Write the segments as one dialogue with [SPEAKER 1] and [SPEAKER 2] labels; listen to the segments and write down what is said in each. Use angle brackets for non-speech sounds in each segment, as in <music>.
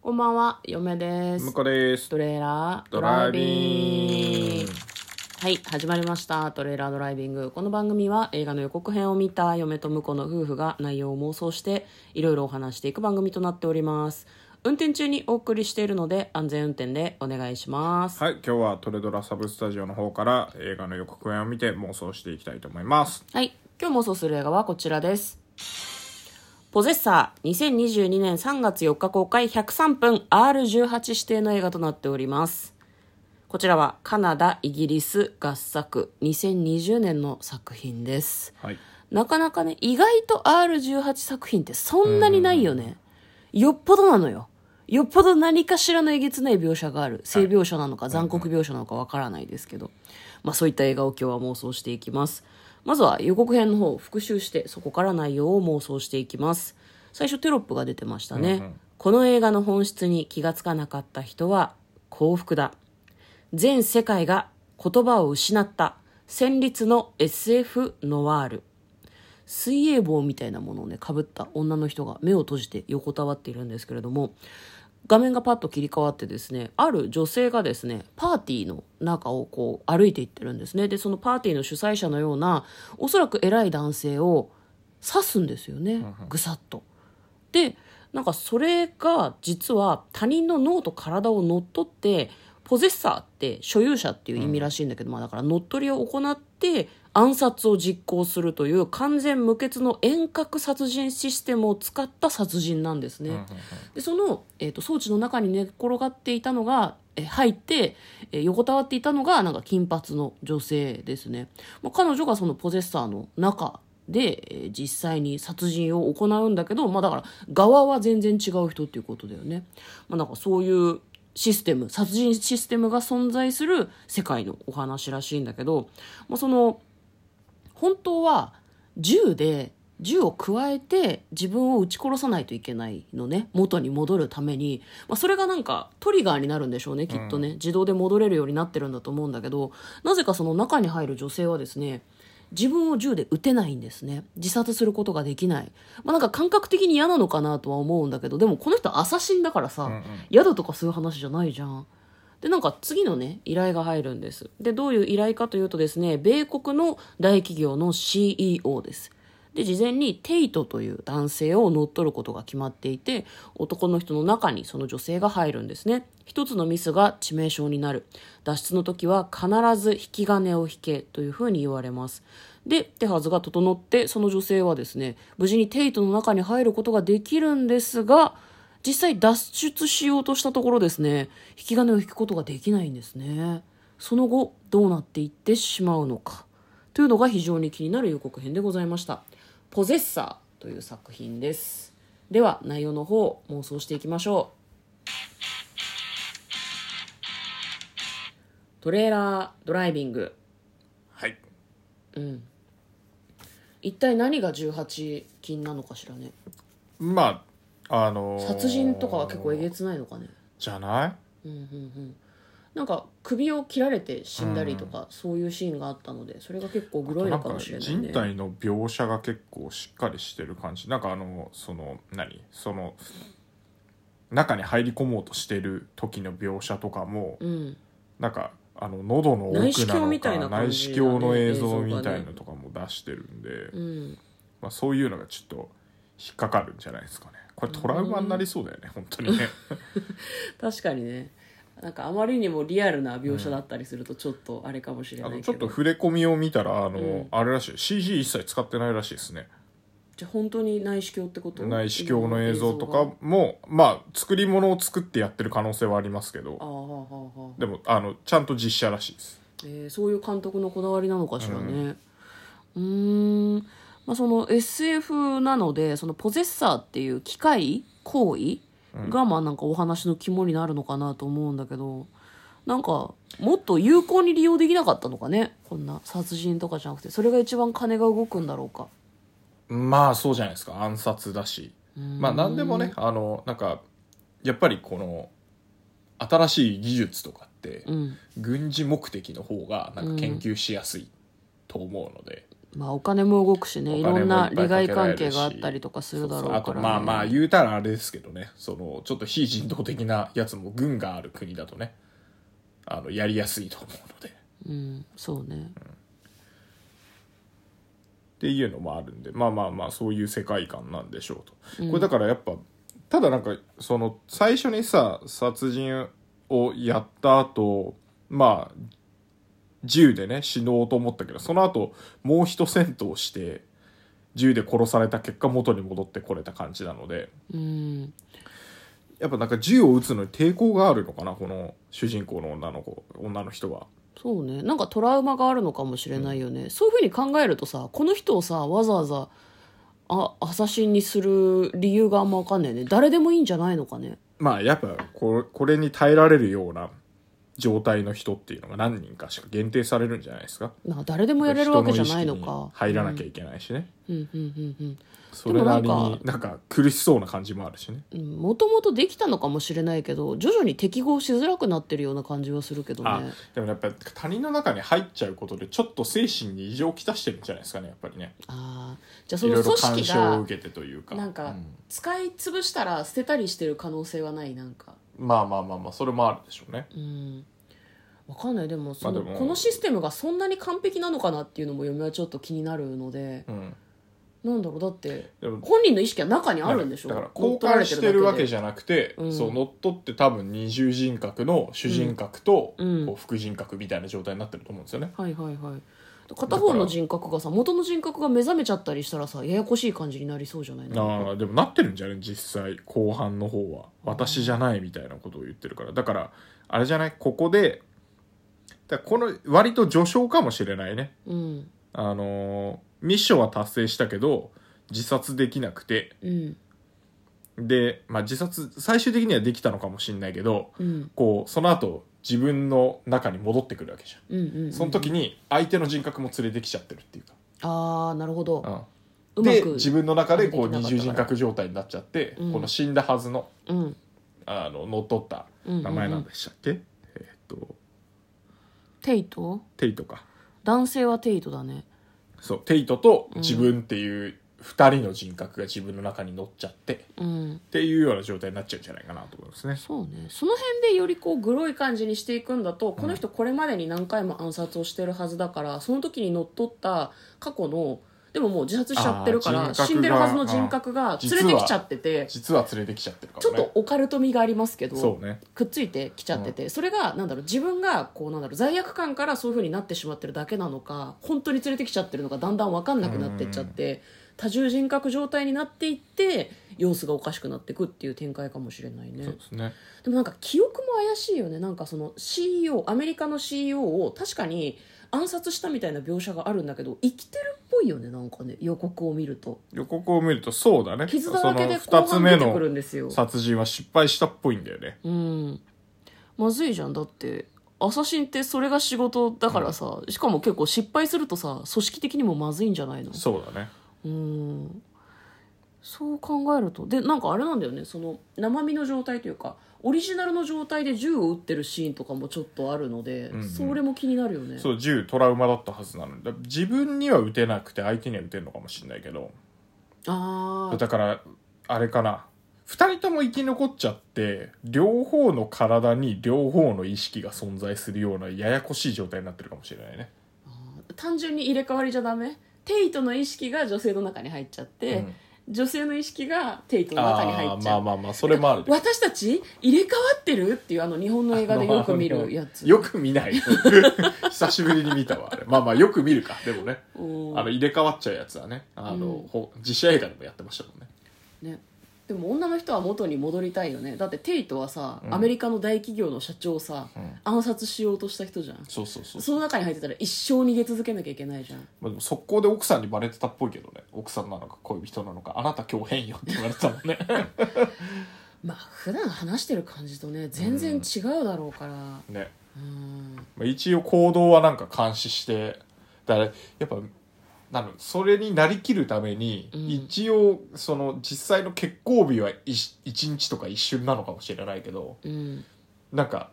[SPEAKER 1] こんばんは、嫁です
[SPEAKER 2] 向。こうです
[SPEAKER 1] トレーラード
[SPEAKER 2] ド
[SPEAKER 1] ラ
[SPEAKER 2] ラ
[SPEAKER 1] イ
[SPEAKER 2] イ
[SPEAKER 1] ビ
[SPEAKER 2] ビ
[SPEAKER 1] ン
[SPEAKER 2] ン
[SPEAKER 1] グ
[SPEAKER 2] グ。
[SPEAKER 1] はい、始まりました。トレーラードライビング。この番組は映画の予告編を見た嫁と婿の夫婦が内容を妄想していろいろお話していく番組となっております。運転中にお送りしているので安全運転でお願いします。
[SPEAKER 2] はい今日はトレドラサブスタジオの方から映画の予告編を見て妄想していきたいと思います
[SPEAKER 1] はい、今日妄想する映画はこちらです。ポゼッサー2022年3月4日公開103分 R18 指定の映画となっております。こちらはカナダ、イギリス合作2020年の作品です。
[SPEAKER 2] はい
[SPEAKER 1] なかなかね、意外と R18 作品ってそんなにないよね。よっぽどなのよ。よっぽど何かしらのえげつない描写がある。性描写なのか残酷描写なのかわからないですけど。まあそういった映画を今日は妄想していきます。まずは予告編の方を復習して、そこから内容を妄想していきます。最初テロップが出てましたね。この映画の本質に気がつかなかった人は幸福だ。全世界が言葉を失った戦慄の SF ノワール水泳帽みたいなものをねかぶった女の人が目を閉じて横たわっているんですけれども画面がパッと切り替わってですねある女性がですねパーティーの中をこう歩いていってるんですねでそのパーティーの主催者のようなおそらく偉い男性を刺すんですよねぐさっと。でなんかそれが実は他人の脳と体を乗っ取ってポゼッサーって所有者っていう意味らしいんだけど、まあだから乗っ取りを行って暗殺を実行するという完全無欠の遠隔殺人システムを使った殺人なんですね。でその、えー、と装置の中に寝っ転がっていたのが、えー入って、えー横たわっていたのがなんか金髪の女性ですね、まあ、彼女がそのポゼッサーの中で、えー実際に殺人を行うんだけど、まあ、だから側は全然違う人っていうことだよね、まあ、なんかそういうシステム殺人システムが存在する世界のお話らしいんだけど、まあ、その本当は銃で銃を加えて自分を撃ち殺さないといけないのね元に戻るために、まあ、それがなんかトリガーになるんでしょうねきっとね、自動で戻れるようになってるんだと思うんだけどなぜかその中に入る女性はですね自分を銃で撃てないんですね自殺することができない、まあ、なんか感覚的に嫌なのかなとは思うんだけどでもこの人アサシンだからさ、嫌だとかそういう話じゃないじゃんでなんか次のね依頼が入るんですでどういう依頼かというとですね米国の大企業の CEO ですで事前にテイトという男性を乗っ取ることが決まっていて男の人の中にその女性が入るんですね一つのミスが致命傷になる脱出の時は必ず引き金を引けというふうに言われますで手はずが整ってその女性はですね無事にテイトの中に入ることができるんですが実際脱出しようとしたところですね引き金を引くことができないんですねその後どうなっていってしまうのかというのが非常に気になる予告編でございました「ポゼッサー」という作品ですでは内容の方を妄想していきましょうトレーラードライビング
[SPEAKER 2] はい
[SPEAKER 1] 一体何が18禁なのかしらね
[SPEAKER 2] まああのー
[SPEAKER 1] 殺人とかは結構えげつないのかね
[SPEAKER 2] じゃない
[SPEAKER 1] なんか首を切られて死んだりとか、そういうシーンがあったのでそれが結構グロい
[SPEAKER 2] な
[SPEAKER 1] の
[SPEAKER 2] ん
[SPEAKER 1] か
[SPEAKER 2] か
[SPEAKER 1] もしれない
[SPEAKER 2] 人
[SPEAKER 1] ね
[SPEAKER 2] 体の描写が結構しっかりしてる感じなんかあのその何その中に入り込もうとしてる時の描写とかも、
[SPEAKER 1] うん
[SPEAKER 2] なんかあの喉の奥なのか
[SPEAKER 1] 内視鏡みたいな感
[SPEAKER 2] 内
[SPEAKER 1] じ
[SPEAKER 2] 視
[SPEAKER 1] だね
[SPEAKER 2] 鏡の映
[SPEAKER 1] 映像
[SPEAKER 2] 像
[SPEAKER 1] がね
[SPEAKER 2] みたいのとかも出してるんで、
[SPEAKER 1] うん
[SPEAKER 2] まあ、そういうのがちょっと引っかかるんじゃないですかねこれトラウマになりそうだよね、本当
[SPEAKER 1] <laughs>
[SPEAKER 2] にね
[SPEAKER 1] 確かにねなんかあまりにもリアルな描写だったりするとちょっとあれかもしれな
[SPEAKER 2] あ
[SPEAKER 1] い
[SPEAKER 2] の
[SPEAKER 1] け
[SPEAKER 2] ち
[SPEAKER 1] ど、
[SPEAKER 2] ょっと触れ込みを見たらあの、
[SPEAKER 1] うん
[SPEAKER 2] あれらしい CG 一切使ってないらしいですね
[SPEAKER 1] じゃあ本当に内視鏡ってこと
[SPEAKER 2] 内視鏡の映像と
[SPEAKER 1] 今の
[SPEAKER 2] かもまあ作り物を作ってやってる可能性はありますけ
[SPEAKER 1] あ
[SPEAKER 2] ど
[SPEAKER 1] あはあはあはあ
[SPEAKER 2] でもあのちゃんと実写らしいです
[SPEAKER 1] えーそういう監督のこだわりなのかしらねうーんまあ、その SF なのでそのポゼッサーっていう機械行為がまあなんかお話の肝になるのかなと思うんだけどなんかもっと有効に利用できなかったのかねこんな殺人とかじゃなくてそれが一番金が動くんだろうか
[SPEAKER 2] まあそうじゃないですか暗殺だしまあ何でもねあのなんかやっぱりこの新しい技術とかって
[SPEAKER 1] うん
[SPEAKER 2] 軍事目的の方がなんか研究しやすいと思うので、
[SPEAKER 1] まあお金も動くしねい
[SPEAKER 2] お
[SPEAKER 1] ろん
[SPEAKER 2] 金もいっぱ
[SPEAKER 1] ない利害関係
[SPEAKER 2] かけられるし
[SPEAKER 1] があったりとかするだろうか
[SPEAKER 2] あと
[SPEAKER 1] ら、ね、
[SPEAKER 2] まあまあ言うたらあれですけどねそのちょっと非人道的なやつも軍がある国だとねあのやりやすいと思うのでっ
[SPEAKER 1] うんそうね
[SPEAKER 2] ていうのもあるんでまあまあまあそういう世界観なんでしょうと、これだからやっぱただなんかその最初にさ殺人をやった後まあ銃でね死のうと思ったけどその後もう一戦闘して銃で殺された結果元に戻ってこれた感じなので。
[SPEAKER 1] うん
[SPEAKER 2] やっぱなんか銃を撃つのに抵抗があるのかなこの主人公の女の子女の人は
[SPEAKER 1] そうねなんかトラウマがあるのかもしれないよね、そういうふうに考えるとさこの人をさわざわざあアサシンにする理由があんま分かんないね誰でもいいんじゃないのかね
[SPEAKER 2] まあやっぱここれに耐えられるような状態の人っていうのが何人かしか限定されるんじゃないですか
[SPEAKER 1] まあ誰でもやれるわけじゃないの
[SPEAKER 2] 人意識
[SPEAKER 1] か
[SPEAKER 2] に入らなきゃいけないしね、
[SPEAKER 1] うんうんうんうん
[SPEAKER 2] それなり
[SPEAKER 1] でもなん
[SPEAKER 2] になんか苦しそうな感じもあるしね
[SPEAKER 1] うんもともとできたのかもしれないけど徐々に適合しづらくなってるような感じはするけど
[SPEAKER 2] あ
[SPEAKER 1] ね
[SPEAKER 2] でもやっぱ他人の中に入っちゃうことでちょっと精神に異常をきたしてるんじゃないですかねやっぱりね
[SPEAKER 1] あーじゃあそ
[SPEAKER 2] いろ
[SPEAKER 1] の
[SPEAKER 2] いろ
[SPEAKER 1] 組
[SPEAKER 2] 干
[SPEAKER 1] 織
[SPEAKER 2] 渉を
[SPEAKER 1] が
[SPEAKER 2] 受けてというか
[SPEAKER 1] なんか
[SPEAKER 2] うん
[SPEAKER 1] 使い潰したら捨てたりしてる可能性はないなんか
[SPEAKER 2] まあまあまあまあそれもあるでしょうね
[SPEAKER 1] うんわかんないでもその、
[SPEAKER 2] まあでも
[SPEAKER 1] このシステムがそんなに完璧なのかなっていうのも嫁はちょっと気になるので、
[SPEAKER 2] うん
[SPEAKER 1] なんだろうだって
[SPEAKER 2] でも
[SPEAKER 1] 本人の意識は中にあるんでしょ
[SPEAKER 2] だから交換してるわけじゃなくて、
[SPEAKER 1] うん
[SPEAKER 2] そう乗っ取って多分二重人格の主人格と、
[SPEAKER 1] うん
[SPEAKER 2] こう副人格みたいな状態になってると思うんですよね、
[SPEAKER 1] はいはいはい片方の人格がさ元の人格が目覚めちゃったりしたらさややこしい感じになりそうじゃないの
[SPEAKER 2] ああでもなってるんじゃない実際後半の方は私じゃないみたいなことを言ってるからだからあれじゃないここでだからこの割と序章かもしれないね
[SPEAKER 1] うん
[SPEAKER 2] あのーミッションは達成したけど自殺できなくて
[SPEAKER 1] うん
[SPEAKER 2] で、まあ、自殺最終的にはできたのかもしれないけど
[SPEAKER 1] うん
[SPEAKER 2] こうその後自分の中に戻ってくるわけじゃ
[SPEAKER 1] う
[SPEAKER 2] ん
[SPEAKER 1] んうんうん
[SPEAKER 2] その時に相手の人格も連れてきちゃってるっていう
[SPEAKER 1] ああなるほど
[SPEAKER 2] か、
[SPEAKER 1] うま
[SPEAKER 2] で
[SPEAKER 1] く
[SPEAKER 2] 自分の中でこう
[SPEAKER 1] できなかった
[SPEAKER 2] 二
[SPEAKER 1] から
[SPEAKER 2] 重人格状態になっちゃって、
[SPEAKER 1] うん
[SPEAKER 2] この死んだはずの
[SPEAKER 1] うん
[SPEAKER 2] あの乗っ取った
[SPEAKER 1] うんうんうん
[SPEAKER 2] 名前なんでしたっけ、えーっと
[SPEAKER 1] テイト
[SPEAKER 2] テイトか
[SPEAKER 1] 男性はテイトだね
[SPEAKER 2] そうテイトと自分っていう二人の人格が自分の中に乗っちゃって、っ
[SPEAKER 1] うん
[SPEAKER 2] ていうような状態になっちゃうんじゃないかなと思いますね
[SPEAKER 1] そうねその辺でよりこうグロい感じにしていくんだとこの人これまでに何回も暗殺をしてるはずだからその時に乗っ取った過去のでももう自殺しちゃってるか
[SPEAKER 2] あ
[SPEAKER 1] ら
[SPEAKER 2] ー人格が
[SPEAKER 1] 死んでるはずの人格が連れてきちゃってて
[SPEAKER 2] 実は連れてきちゃってるか
[SPEAKER 1] ちょっ
[SPEAKER 2] ら
[SPEAKER 1] と
[SPEAKER 2] ね
[SPEAKER 1] オカルト味がありますけ
[SPEAKER 2] そ
[SPEAKER 1] ど
[SPEAKER 2] うね
[SPEAKER 1] くっついてきちゃっててそれがなんだろう自分がこうなんだろう罪悪感からそういう風になってしまってるだけなのか本当に連れてきちゃってるのかだんだん分かんなくなってっちゃって多重人格状態になっていって様子がおかしくなっていくっていう展開かもしれないね
[SPEAKER 2] そうですね
[SPEAKER 1] でもなんか記憶も怪しいよねなんかその CEO アメリカの CEO を確かに暗殺したみたいな描写があるんだけど生きてるっぽいよねなんかね予告を見ると
[SPEAKER 2] 予告を見るとそうだね
[SPEAKER 1] 傷だらけで
[SPEAKER 2] その
[SPEAKER 1] 後
[SPEAKER 2] 二つ
[SPEAKER 1] 半
[SPEAKER 2] 目
[SPEAKER 1] 出てくる
[SPEAKER 2] の
[SPEAKER 1] んですよ
[SPEAKER 2] 殺人は失敗したっぽいんだよね
[SPEAKER 1] うんまずいじゃんだってアサシンってそれが仕事だからさ、しかも結構失敗するとさ組織的にもまずいんじゃないの
[SPEAKER 2] そうだね
[SPEAKER 1] うんそう考えるとでなんかあれなんだよねその生身の状態というかオリジナルの状態で銃を撃ってるシーンとかもちょっとあるので、
[SPEAKER 2] んうん
[SPEAKER 1] それも気になるよね
[SPEAKER 2] そう銃トラウマだったはずなのにだ自分には撃てなくて相手には撃てるのかもしれないけど
[SPEAKER 1] ああ
[SPEAKER 2] だからあれかな2人とも生き残っちゃって両方の体に両方の意識が存在するようなややこしい状態になってるかもしれないね、
[SPEAKER 1] 単純に入れ替わりじゃダメテイトの意識が女性の中に入っちゃって、女性の意識がテイトの中に入
[SPEAKER 2] ああ
[SPEAKER 1] っち
[SPEAKER 2] ま
[SPEAKER 1] ゃ
[SPEAKER 2] あ
[SPEAKER 1] う
[SPEAKER 2] まあまあそれもある
[SPEAKER 1] 私たち入れ替わってるっていうあの日本の映画でよく見るやつ
[SPEAKER 2] よく見ない <laughs> 久しぶりに見たわあれまあまあよく見るかでもね
[SPEAKER 1] うん
[SPEAKER 2] あの入れ替わっちゃうやつはねあの、
[SPEAKER 1] うん
[SPEAKER 2] ほ自社映画でもやってましたもんね
[SPEAKER 1] ねでも女の人は元に戻りたいよねだってテイトはさ、
[SPEAKER 2] うん
[SPEAKER 1] アメリカの大企業の社長をさ、
[SPEAKER 2] ん
[SPEAKER 1] 暗殺しようとした人じゃん
[SPEAKER 2] そうそうそう
[SPEAKER 1] その中に入ってたら一生逃げ続けなきゃいけないじゃん
[SPEAKER 2] まあ、でも速攻で奥さんにバレてたっぽいけどね奥さんなのか恋人なのかあなた今日変よって言われてたもん
[SPEAKER 1] <laughs>
[SPEAKER 2] ね
[SPEAKER 1] まあ普段話してる感じとね全然違うだろうから
[SPEAKER 2] ね、
[SPEAKER 1] うん
[SPEAKER 2] まあ、一応行動はなんか監視してだからやっぱなのそれになりきるために、
[SPEAKER 1] うん
[SPEAKER 2] 一応その実際の結婚日は一一日とか一瞬なのかもしれないけど
[SPEAKER 1] うん
[SPEAKER 2] なんか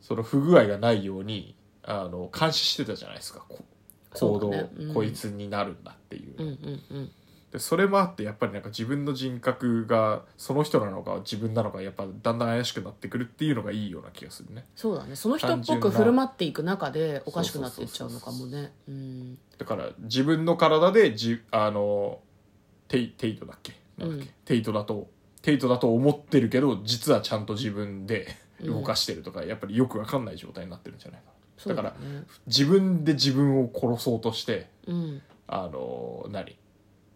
[SPEAKER 2] その不具合がないようにあの監視してたじゃないですかこ
[SPEAKER 1] そ
[SPEAKER 2] 行
[SPEAKER 1] うだ
[SPEAKER 2] 動、
[SPEAKER 1] ねうん
[SPEAKER 2] こいつになるんだっていう、
[SPEAKER 1] うんうんうん
[SPEAKER 2] でそれもあってやっぱりなんか自分の人格がその人なのか自分なのかやっぱだんだん怪しくなってくるっていうのがいいような気がするね
[SPEAKER 1] そうだねその人っぽく
[SPEAKER 2] 単純な
[SPEAKER 1] 振る舞っていく中でおかしくなっていっちゃうのかもねうん
[SPEAKER 2] だから自分の体でじあのテイテイトだっけなんだっけ、
[SPEAKER 1] うん
[SPEAKER 2] テイトだとテイトだと思ってるけど実はちゃんと自分で動かしてるとか、やっぱりよくわかんない状態になってるんじゃないか
[SPEAKER 1] そう
[SPEAKER 2] だ
[SPEAKER 1] だ
[SPEAKER 2] か
[SPEAKER 1] ね
[SPEAKER 2] ら自分で自分を殺そうとして
[SPEAKER 1] うん
[SPEAKER 2] あの何、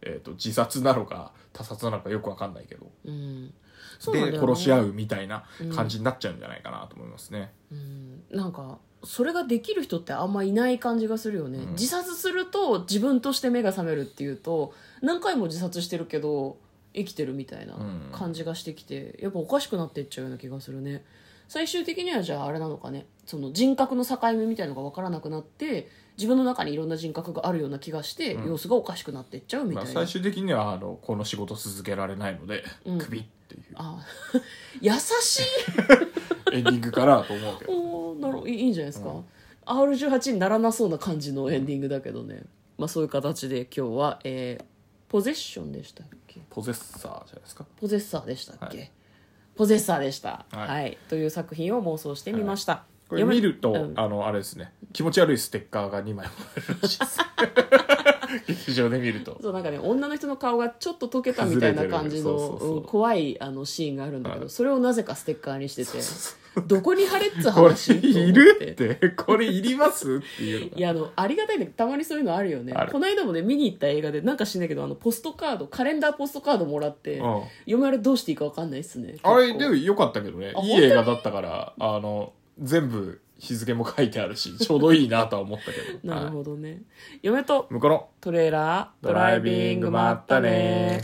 [SPEAKER 2] えー、と自殺なのか他殺なのかよくわかんないけど
[SPEAKER 1] うんそうなんだ
[SPEAKER 2] で
[SPEAKER 1] よね
[SPEAKER 2] 殺し合うみたいな感じになっちゃうんじゃないかなと思いますね、
[SPEAKER 1] うんなんかそれができる人ってあんまいない感じがするよね、
[SPEAKER 2] うん
[SPEAKER 1] 自殺すると自分として目が覚めるっていうと何回も自殺してるけど生きてるみたいな
[SPEAKER 2] うん
[SPEAKER 1] 感じがしてきて、やっぱおかしくなっていっちゃうような気がするね最終的にはじゃああれなのかねその人格の境目みたいのが分からなくなって自分の中にいろんな人格があるような気がして、
[SPEAKER 2] うん
[SPEAKER 1] 様子がおかしくなっていっちゃうみ
[SPEAKER 2] ま
[SPEAKER 1] た
[SPEAKER 2] あ、
[SPEAKER 1] いな、
[SPEAKER 2] 最終的にはあのこの仕事続けられないので、
[SPEAKER 1] うん
[SPEAKER 2] クビっていう
[SPEAKER 1] あ <laughs> 優しい
[SPEAKER 2] エンディングかなと思うけ
[SPEAKER 1] <laughs>
[SPEAKER 2] ど
[SPEAKER 1] おーなるほどいいいいんじゃないですか、R18 にならなそうな感じのエンディングだけどね、まあ、そういう形で今日は、えーポゼッションでしたっけ
[SPEAKER 2] ポゼッサーじゃないですか
[SPEAKER 1] ポゼッサーでしたっけ、
[SPEAKER 2] は
[SPEAKER 1] ポゼッサーでした、は
[SPEAKER 2] はいい
[SPEAKER 1] という作品を妄想してみました、
[SPEAKER 2] これ見ると、
[SPEAKER 1] 読めうん
[SPEAKER 2] あのあれですね気持ち悪いステッカーが2枚もらえるらしいです劇場で見ると
[SPEAKER 1] そうなんかね女の人の顔がちょっと溶けたみたいな感じの
[SPEAKER 2] 崩れてるそうそうそう
[SPEAKER 1] うん怖いあのシーンがあるんだけど、
[SPEAKER 2] はい
[SPEAKER 1] それをなぜかステッカーにしててどこに貼れっつう
[SPEAKER 2] <laughs> これ
[SPEAKER 1] 話と思
[SPEAKER 2] いるってこれいりますっていうの
[SPEAKER 1] いやあのありがたいねたまにそういうのあるよね
[SPEAKER 2] ある
[SPEAKER 1] この間もね見に行った映画でなんか知んないけどあのポストカードカレンダーポストカードもらって、
[SPEAKER 2] が、うん、
[SPEAKER 1] 嫁あれどうしていいか分かんないっすね結構
[SPEAKER 2] あれでもよかったけどね
[SPEAKER 1] あ
[SPEAKER 2] いい映画だったからあの全部日付も書いてあるしちょうどいいなとは思ったけ
[SPEAKER 1] <laughs>
[SPEAKER 2] ど
[SPEAKER 1] なる
[SPEAKER 2] はい
[SPEAKER 1] ほどね、嫁と
[SPEAKER 2] 向こうの
[SPEAKER 1] トレーラード
[SPEAKER 2] ドライビングもあったね